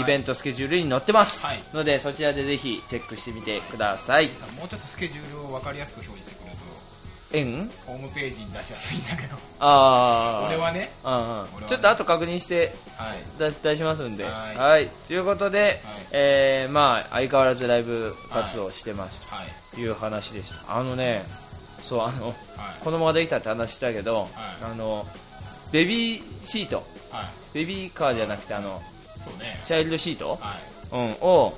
イベントスケジュールに載ってます、
はい
のでそちらでぜひチェックしてみてください
さもうちょっとスケジュールを分かりやすく表示してくれると
円
ホームページに出しやすいんだけど
ああ
俺はね
うん
俺
う
は
ん、ちょっと後確認して
はい
出出しますんで
はい
はいということで、えーまあ相変わらずライブ活動してます
はい
という話でした、あのねそうあの
はい
子供ができたって話したけど、あのベビーシート
はい
ベビーカーじゃなくてあの
そうね
チャイルドシート、
はい
うん、を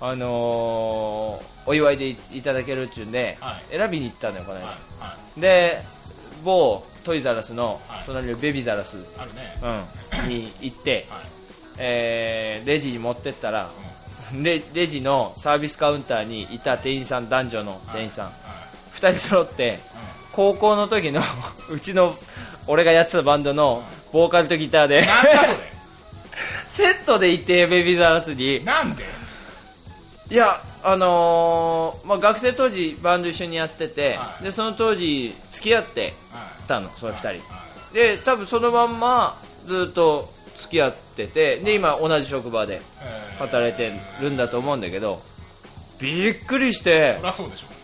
あのーお祝いでいいただけるっちゅうんで、
はい
選びに行ったのよこの間、
はいはい
で某トイザラスの
はい
隣のベビーザラス、
あるね、
うん、に行って、
はい、
えーレジに持ってったら
う、ん
レレジのサービスカウンターにいた店員さん男女の店員さん、
はい
2人揃って
は
高校の時の うちの俺がやってたバンドのボーカルとギターで
いうん、なんだそ
セットでいてベビーザラスに
れなんで
いやあのーまあ、学生当時バンド一緒にやってて、
はい
でその当時付き合って
はい
たのその2人、
はい
で多分そのまんまずっと付き合っててで今同じ職場で
えー
働いてるんだと思うんだけどびっくりして
そりゃそうでしょ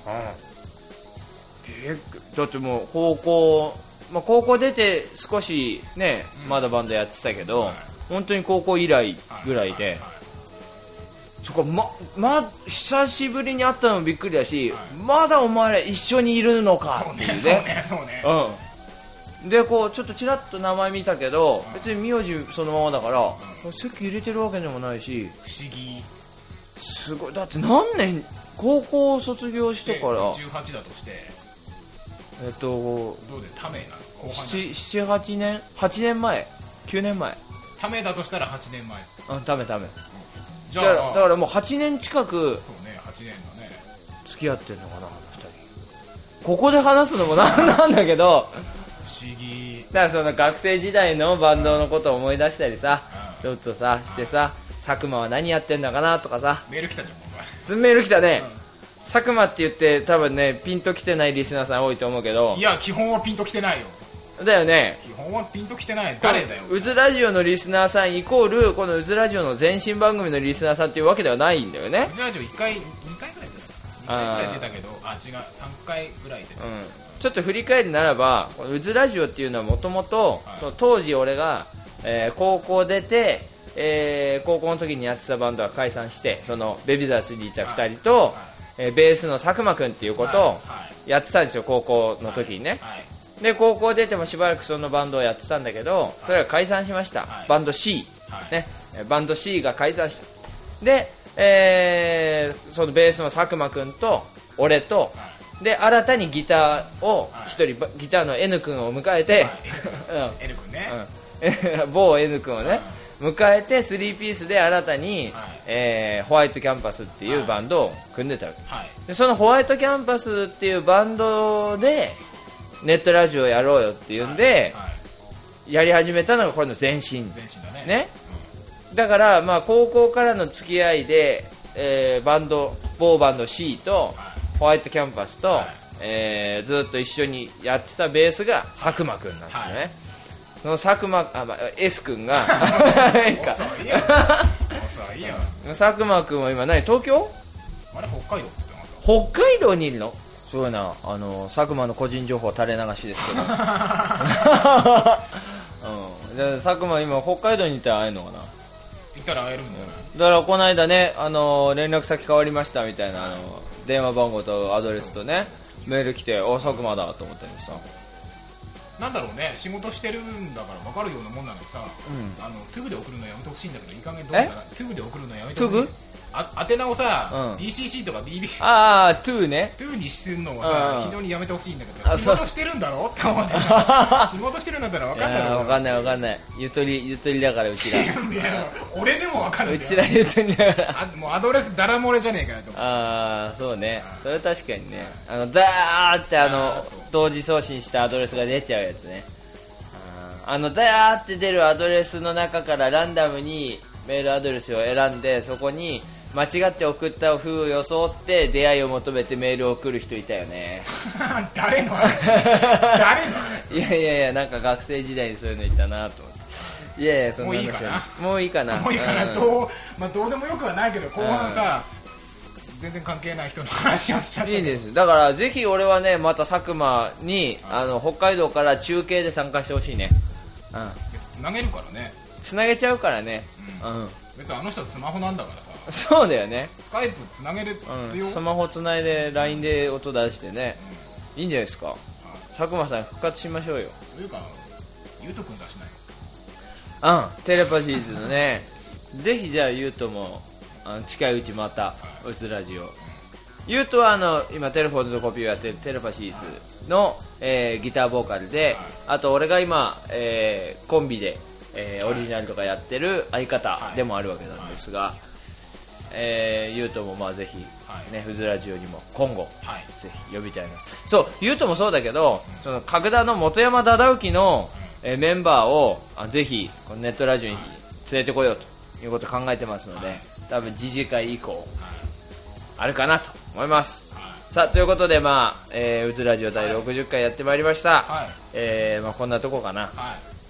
びっくだってもう高校、まあ、高校出て少しね、
うん
まだバンドやってたけど、
はい
本当に高校以来
は
ぐらいで、
は
そこまま久しぶりに会ったのもびっくりだし、
はい
まだお前ら一緒にいるのか
そう
っ
ね
ていう
そう
ね
ねそうね
うん、でこうちょっとちらっと名前見たけど
うん
別に名字そのままだから、席入れてるわけでもないし
不思議
すごいだって何年高校を卒業して
で
から、
18だとして
えっと、
どうでためなの後半なの
78年8年前9年前
ためだとしたら8年前
うんダメダメ
じ
だ
ゃ
から
あ
だからもう8年近く
そうね8年のね
付き合ってるのかなあの2人ここで話すのもなん なんだけど
不思議
だからその学生時代のバンドのことを思い出したりさ
うん
ちょっとさしてさ佐久間は何やってんだかなとかさ
メール来たじゃんもうお前
ズンメール来たね
うん
佐久間って言って多分ねピンときてないリスナーさん多いと思うけど
いや基本はピンときてないよ
だよね
基本はピンときてない誰だよ
うずラジオのリスナーさんイコールこのうずラジオの前身番組のリスナーさんっていうわけではないんだよね
ジラジオ1回2回ぐらい出たかな2回ぐらい出たけどあ違う3回ぐらい出た
うん、ちょっと振り返るならばこのうずラジオっていうのはもともと
はい
当時俺が、えー高校出て、えー高校の時にやってたバンドは解散してそのベビーザースにいた2人と、
はい
えーベースの佐久間君っていうこと
は
を
い
やってたんですよ高校の時にね、
はい
で高校出てもしばらくそのバンドをやってたんだけどそれが解散しました、
はい
バンド C、
はい
ね、えーバンド C が解散したで、えーそのベースの佐久間君と俺と、
は
で新たにギターを
はい
一人、ばギターの N 君を迎えて、
いはいエル君ね
うん うん某 N 君をね、迎えて3ピースで新たに、
はい
えーホワイトキャンパスっていう
はい
バンドを組んでたわけ
はい
でそのホワイトキャンパスっていうバンドでネットラジオやろうよっていうんで、
はい
やり始めたのがこれの前身
前身だね
ねだからまあ高校からの付き合いで、えーバンド某バンド C と
は
ホワイトキャンパスと、
はい
えーずっと一緒にやってたベースが佐久間君なんですよね、
は
その佐久間あ、まあ、S 君 が
い
なんか
遅いよ遅い よ
佐久間君は今何東京
あれ北海道って言ってなかっ
北海道にいるのすごいなあの佐久間の個人情報垂れ流しです けど、うん、じゃあ佐久間今北海道にいたら会えるのかな
た行ったら会えるんだよね
だからこの間ね、あの連絡先変わりましたみたいな、あの電話番号とアドレスとねメール来てお佐久間だと思ったんですよ
なんだろうね仕事してるんだから分かるようなもんなのにさ、あのトゥグで送るのやめてほしいんだけどいい加減どうかな
え
トゥグで送るのやめてほしい
トゥグ
あ宛名をさ、
うん
DCC とか DB
ああトゥーね
トゥーにするのをさ、
うん
非常にやめてほしいんだけ
あ
ど仕
そう
事してるんだろって 思って仕事してるんだったら分
い
かんない
やーわ
ろ
かんないわかんないゆとりゆとりだからうちら
いや俺でも分か
う
る
ん
だ
ち
よ
らゆとりだから
あもうアドレスダラ漏れじゃねえかよ と思
ああそうねそれは確かにねあのダーってあの同時送信したアドレスが出ちゃうやつねあーあのダーって出るアドレスの中からランダムにメールアドレスを選んでそこに間違って送った風を装って出会いを求めてメールを送る人いたよ ね
って誰の話誰の話
いやいやいやなんか学生時代にそういうのいたなと思っていやいやそんな話はもういいかな
もういいかな、
ん
どうまあ、どうでもよくはないけど後半さ、全然関係ない人の話をしちゃった
いいですだからぜひ俺はねまた佐久間にあの北海道から中継で参加してほしいねうん
つなげるからね
つなげちゃうからねう、
うん別にあの人スマホなんだからさ
そうだよね、
スカイプつなげるよ、
う、
うんん
スマホつないで LINE で音出してねいいんじゃないですか佐久間さん復活しましょうよ
というかゆうとくん出しない
うんテレパシーズのねぜひじゃあゆうともあの近いうちまたうつラジオゆうとはあの今テレフォンズのコピーをやってるテレパシーズの、えーギターボーカルで、
はい
あと俺が今、えーコンビで、えーオリジナルとかやってる相方でもあるわけなんですが、えー、ゆうともまあぜひ、
はい
ね、フズラジオにも今後、
はい
ぜひ呼びたいなそうゆうともそうだけど、その角田の本山忠之の、えーメンバーをあぜひこのネットラジオに連れてこようということを考えてますので、
はい
多分次次回以降
はい
あるかなと思います
はい
さあということでまあ、えー、うずラジオ第60回やってまいりました、
はい
えーまあ、こんなとこかな
はい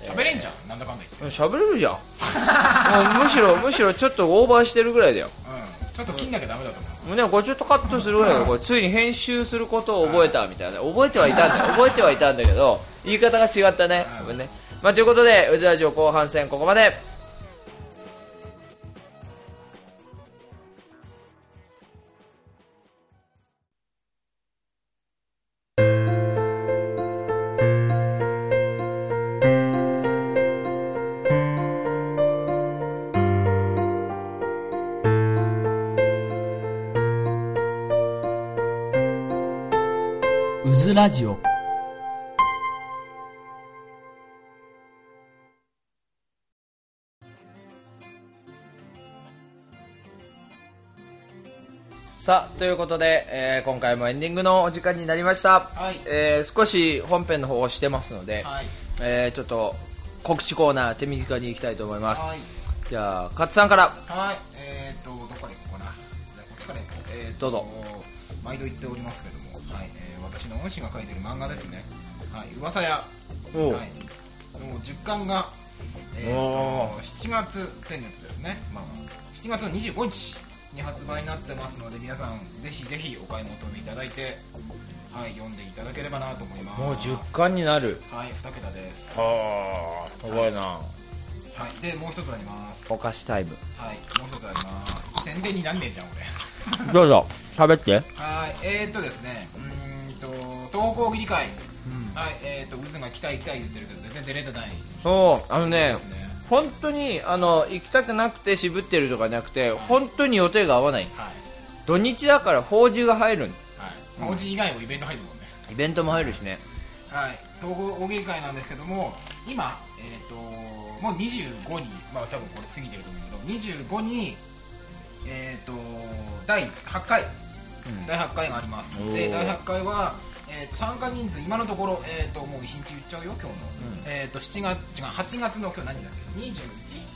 喋れんじゃんなんだかんだ言って
うん喋れるじゃん もうむしろむしろちょっとオーバーしてるぐらいだよ
うんちょっと切んなきゃダメだと思う
もうねこれちょっとカットするぐらいだよこれついに編集することを覚えたみたいな覚えてはいたんだよ覚えてはいたんだけど言い方が違ったねごめんね、まあ、ということでうずラジオ後半戦ここまでうずラジオさあということで、えー今回もエンディングのお時間になりました、
はい
えー少し本編の方をしてますので、
はい
えーちょっと告知コーナー手短に行きたいと思います、
はい
じゃあ勝さんから
はいえっとどこから行こうかなじゃあこっちから行こうえーと
どうぞ
毎度言っておりますけどもはいえー私の恩師が書いてる漫画ですねはい噂屋
おう
はいもう10巻がえー
お
と7月先月ですねまあ7月の25日に発売になってますので皆さんぜひぜひお買い求めいただいてはい読んでいただければなと思います
もう10巻になる
はい2桁です
はあすごいな
はい、でもう一つあります。
お菓子タイム
はい、もう一つあります。宣伝になんねえじゃん、俺。
どうぞ喋って
はい、えー、っとですね、うーんと、東高議議会。
ん
はい、えー、っと、渦が来たい来たい言ってるけど、全然出れてないで
そうあのね
すね。
本当にあの行きたくなくて渋ってるとかじゃなくて本当に予定が合わない
はい、
土日だから法事が入る
はい、まあ、おじ以外もイベント入るもんね。
イベントも入るしね
はい、東高議議会なんですけども、今、えー、っと、もう25に、まあ、多分これ過ぎてると思うんだけど、25に。えー、っと、第8回。
うん
第8回があります
おー
で第8回は、えーと参加人数今のところ、えー、ともう日にち言っちゃうよ今日の、
ん
えー、と7月違う8月の今日何日だっ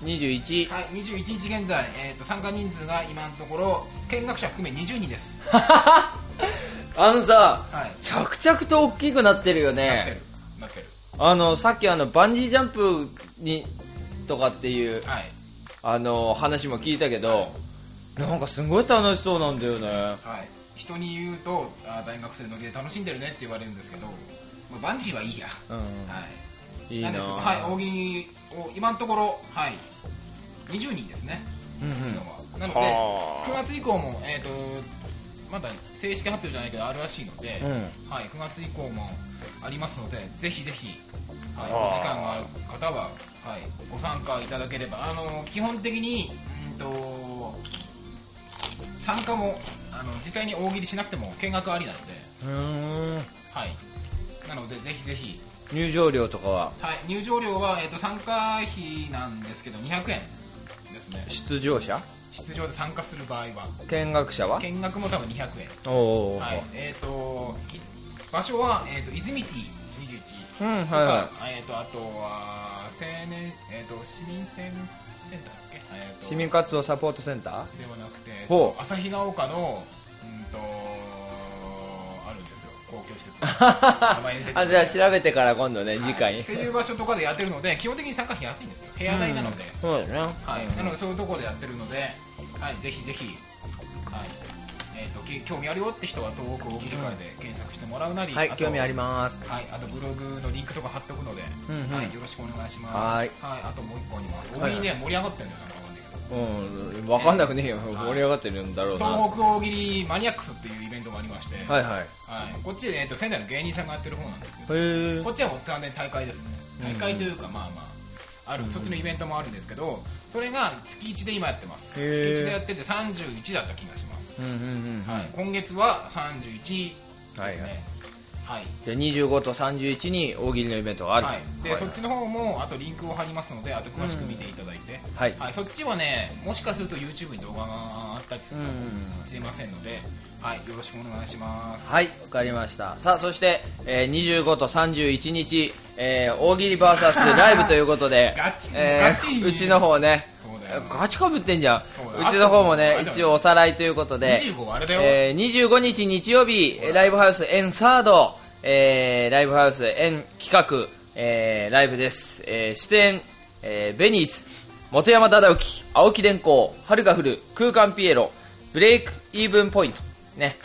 け 21?
21
はい21日現在、えー、と参加人数が今のところ見学者含め20人です
あのさ
はい
着々と大きくなってるよ
なって
ね
るなってる
あのさっきあのバンジージャンプにとかっていう
はい
あの話も聞いたけどなんかすごい楽しそうなんだよね
はい人に言うとあー大学生の芸楽しんでるねって言われるんですけど、まあ、バンジーはいいや、
う
はい
んいいな
な
ん
ですけど
ぁ
はい大喜利を今のところはい20人ですね
うんう
っていうんのはなので
はあ
9月以降も、えー、とまだ正式発表じゃないけどあるらしいので、
うん
はい、9月以降もありますのでぜひぜひ、はい、
はあ
お時間がある方は、はい、ご参加いただければあの基本的にうんと参加もあの実際に大喜利しなくても見学ありなので、
うーん
はい、なのでぜひぜひ、
入場料とかは
はい、入場料は、えー、と参加費なんですけど200円ですね
出場者
出場で参加する場合は
見学者は
見学も多分200円
おお
はい、えっ、とい場所は、えー、と泉ティ
う
21
んはい
とか、
は
えー、とあとは青年、えー、と市民センセンターだっけ、えー
い
と
市民活動サポートセンター
ではなくて
ほう
旭ヶ丘のうんとあるんですよ公共 施設名前出てこな
あ
い
じゃあ調べてから今度ね次回
はい
に
っていう場所とかでやってるので基本的に参加費安いんですよ部屋代なので、
そうだね
はい、なのでそういうところでやってるので、はい、ぜひぜひ、はいえー、とき興味あるよって人は東北大喜利会で検索してもらうなり、
はい
あと
興味あります
はい、あとブログのリンクとか貼っておくので、
うんうん
はい、よろしくお願いします
はい
あともう一個あります
は
大
い
喜利ね、盛り上がってるんだよなんかわかん
うん分かん
ないけど
なくねえよ盛り上がってるんだろうなは
東北大喜利マニアックスっていうイベントがありまして、はい
いはいへ
こっち、えー、と仙台の芸人さんがやってる方なんですけど
え
こっちは完全に大会ですね大会というか、まあまああるそっちのイベントもあるんですけどそれが月1で今やってます月
へー
1でやってて31だった気がします、
うんうんうん
はい、今月は31ですね
はいはい
はいはい
じゃあ25と31に大喜利のイベントがあると、
はい、で、そっちの方もあとリンクを貼りますのであと詳しく見ていただいて、
はい
そっちはねもしかすると YouTube に動画があったりす
う
る
ん
かもしれませんので、はい、よろしくお願いします
はいわかりましたさあそして、えー25と31日、えー大喜利 VS ライブということで
ガチ
え
ガチ
ーうちの方ね
そうだよ
ガチかぶってんじゃん
そうだ
う
よ
ちの方もね
あと
一応おさらいということで
25はあれだよ、
えー25日日曜日えーライブハウス n サード、えーライブハウス n 企画、えーライブです、えー出演、えーベニース本山忠之青木電工春が降る空間ピエロブレイクイーブンポイントね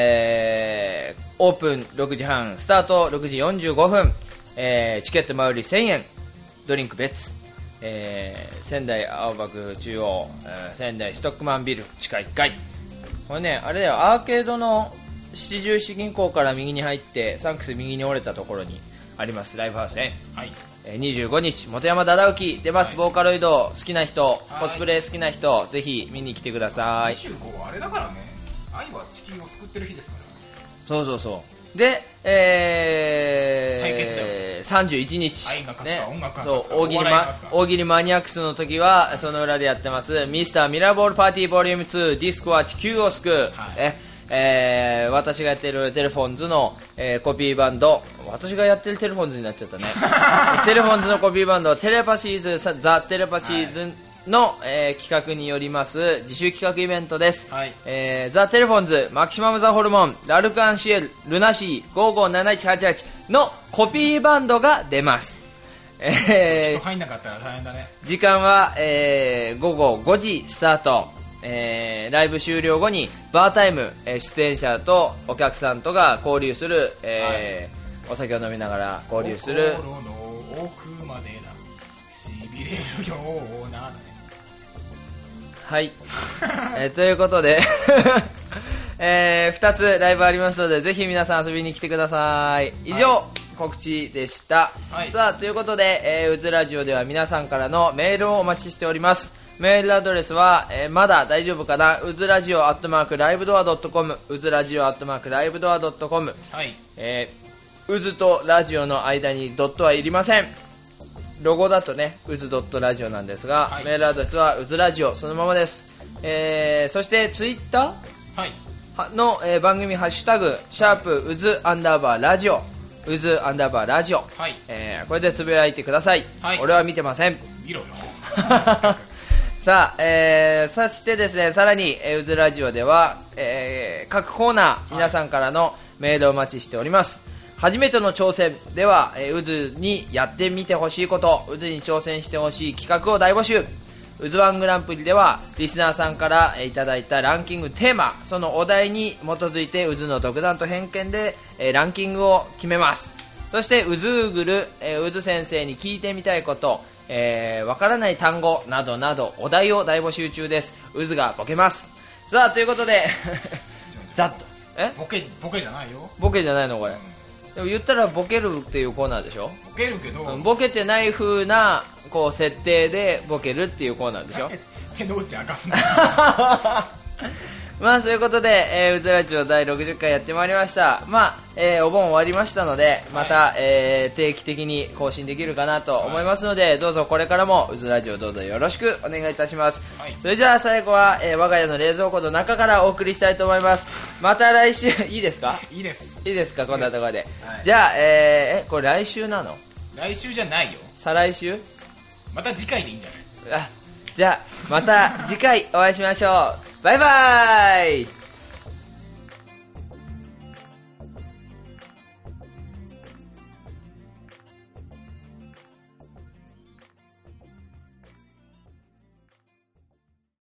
えーオープン6時半スタート6時45分、えーチケット前売り1000円ドリンク別、えー仙台青葉区中央、えー仙台ストックマンビル地下1階これねあれだよアーケードの七十四銀行から右に入ってサンクス右に折れたところにありますライブハウスね
はい
えー25日本山忠之出ます、
はい
ボーカロイド好きな人
はい
コスプレ好きな人ぜひ見に来てください
25はあれだからね愛は地球を救ってる日ですから
そうそうそうでえー、31日、
愛が勝つか音楽が
そ
勝
う
つか
大喜利
お笑い
マ
が勝つか
大喜利マニアックスの時はその裏でやってますミスターミラーボールパーティーボリューム2ディスクは地球を救う、ええー私がやってるテレフォンズの、えーコピーバンド私がやってるテレフォンズになっち ゃったねテレフォンズのコピーバンドテレパシーズさザ・テレパシーズの、えー企画によります自主企画イベントです、
はい
えーザ・テレフォンズマキシマム・ザ・ホルモンラルク・アンシエルルナシー557188のコピーバンドが出ます、え
人
ー
入んなかったら大変だね
時間は、えー午後5時スタート、えーライブ終了後にバータイム、えー出演者とお客さんとが交流する、えーお酒を飲みながら交流する
心の奥までだしびれるようなだね
はい、 えーということで、え2つライブありますのでぜひ皆さん遊びに来てください以上、告知でした、
はい
さあということで、えーうずラジオでは皆さんからのメールをお待ちしておりますメールアドレスは、えーまだ大丈夫かなうずラジオアットマークライブドアドットコムうずラジオアットマークライブドアドットコム
はい
えー、渦とラジオの間にドットはいりませんロゴだとね渦ドットラジオなんですが、
はい
メールアドレスは渦ラジオそのままです、えー、そしてツイッタ
はい
ーの、えー番組ハッシュタグシャープ渦アンダーバーラジオ渦アンダーバーラジオ、
はい
えーこれでつぶやいてください、
はい
俺は見てません
見ろよ
さあ、えー、そしてですねさらに、えー、うずラジオでは、えー各コーナー皆さんからのメールをお待ちしております、初めての挑戦では、えー、うずにやってみてほしいことうずに挑戦してほしい企画を大募集うずワングランプリではリスナーさんからえーいただいたランキングテーマそのお題に基づいてうずの独断と偏見で、えーランキングを決めますそして、うずうぐる、えーうず先生に聞いてみたいこと、えーわからない単語などなど、お題を大募集中です。うずがボケます。さあ、ということで、 ざっと。え
ボケボケじゃないよ
ボケじゃないのこれ
うん。
でも言ったらボケるっていうコーナーでしょ
ボケるけど
うんボケてない風な、こう、設定でボケるっていうコーナーでし ょ
手の内明かすな
まあそういうことで、えー、うずらジオ第60回やってまいりましたまあ、えーお盆終わりましたのでまた、えー定期的に更新できるかなと思いますので、どうぞこれからもうずらジオどうぞよろしくお願いいたします、
はい
それじゃあ最後は、えー我が家の冷蔵庫の中からお送りしたいと思いますまた来週 いいですか
いいです
いいですかこんなところで、
はい
じゃあ、えーえこれ来週なの
来週じゃないよ
再来週
また次回でいいんじゃない
あじゃあまた次回お会いしましょうバイバイ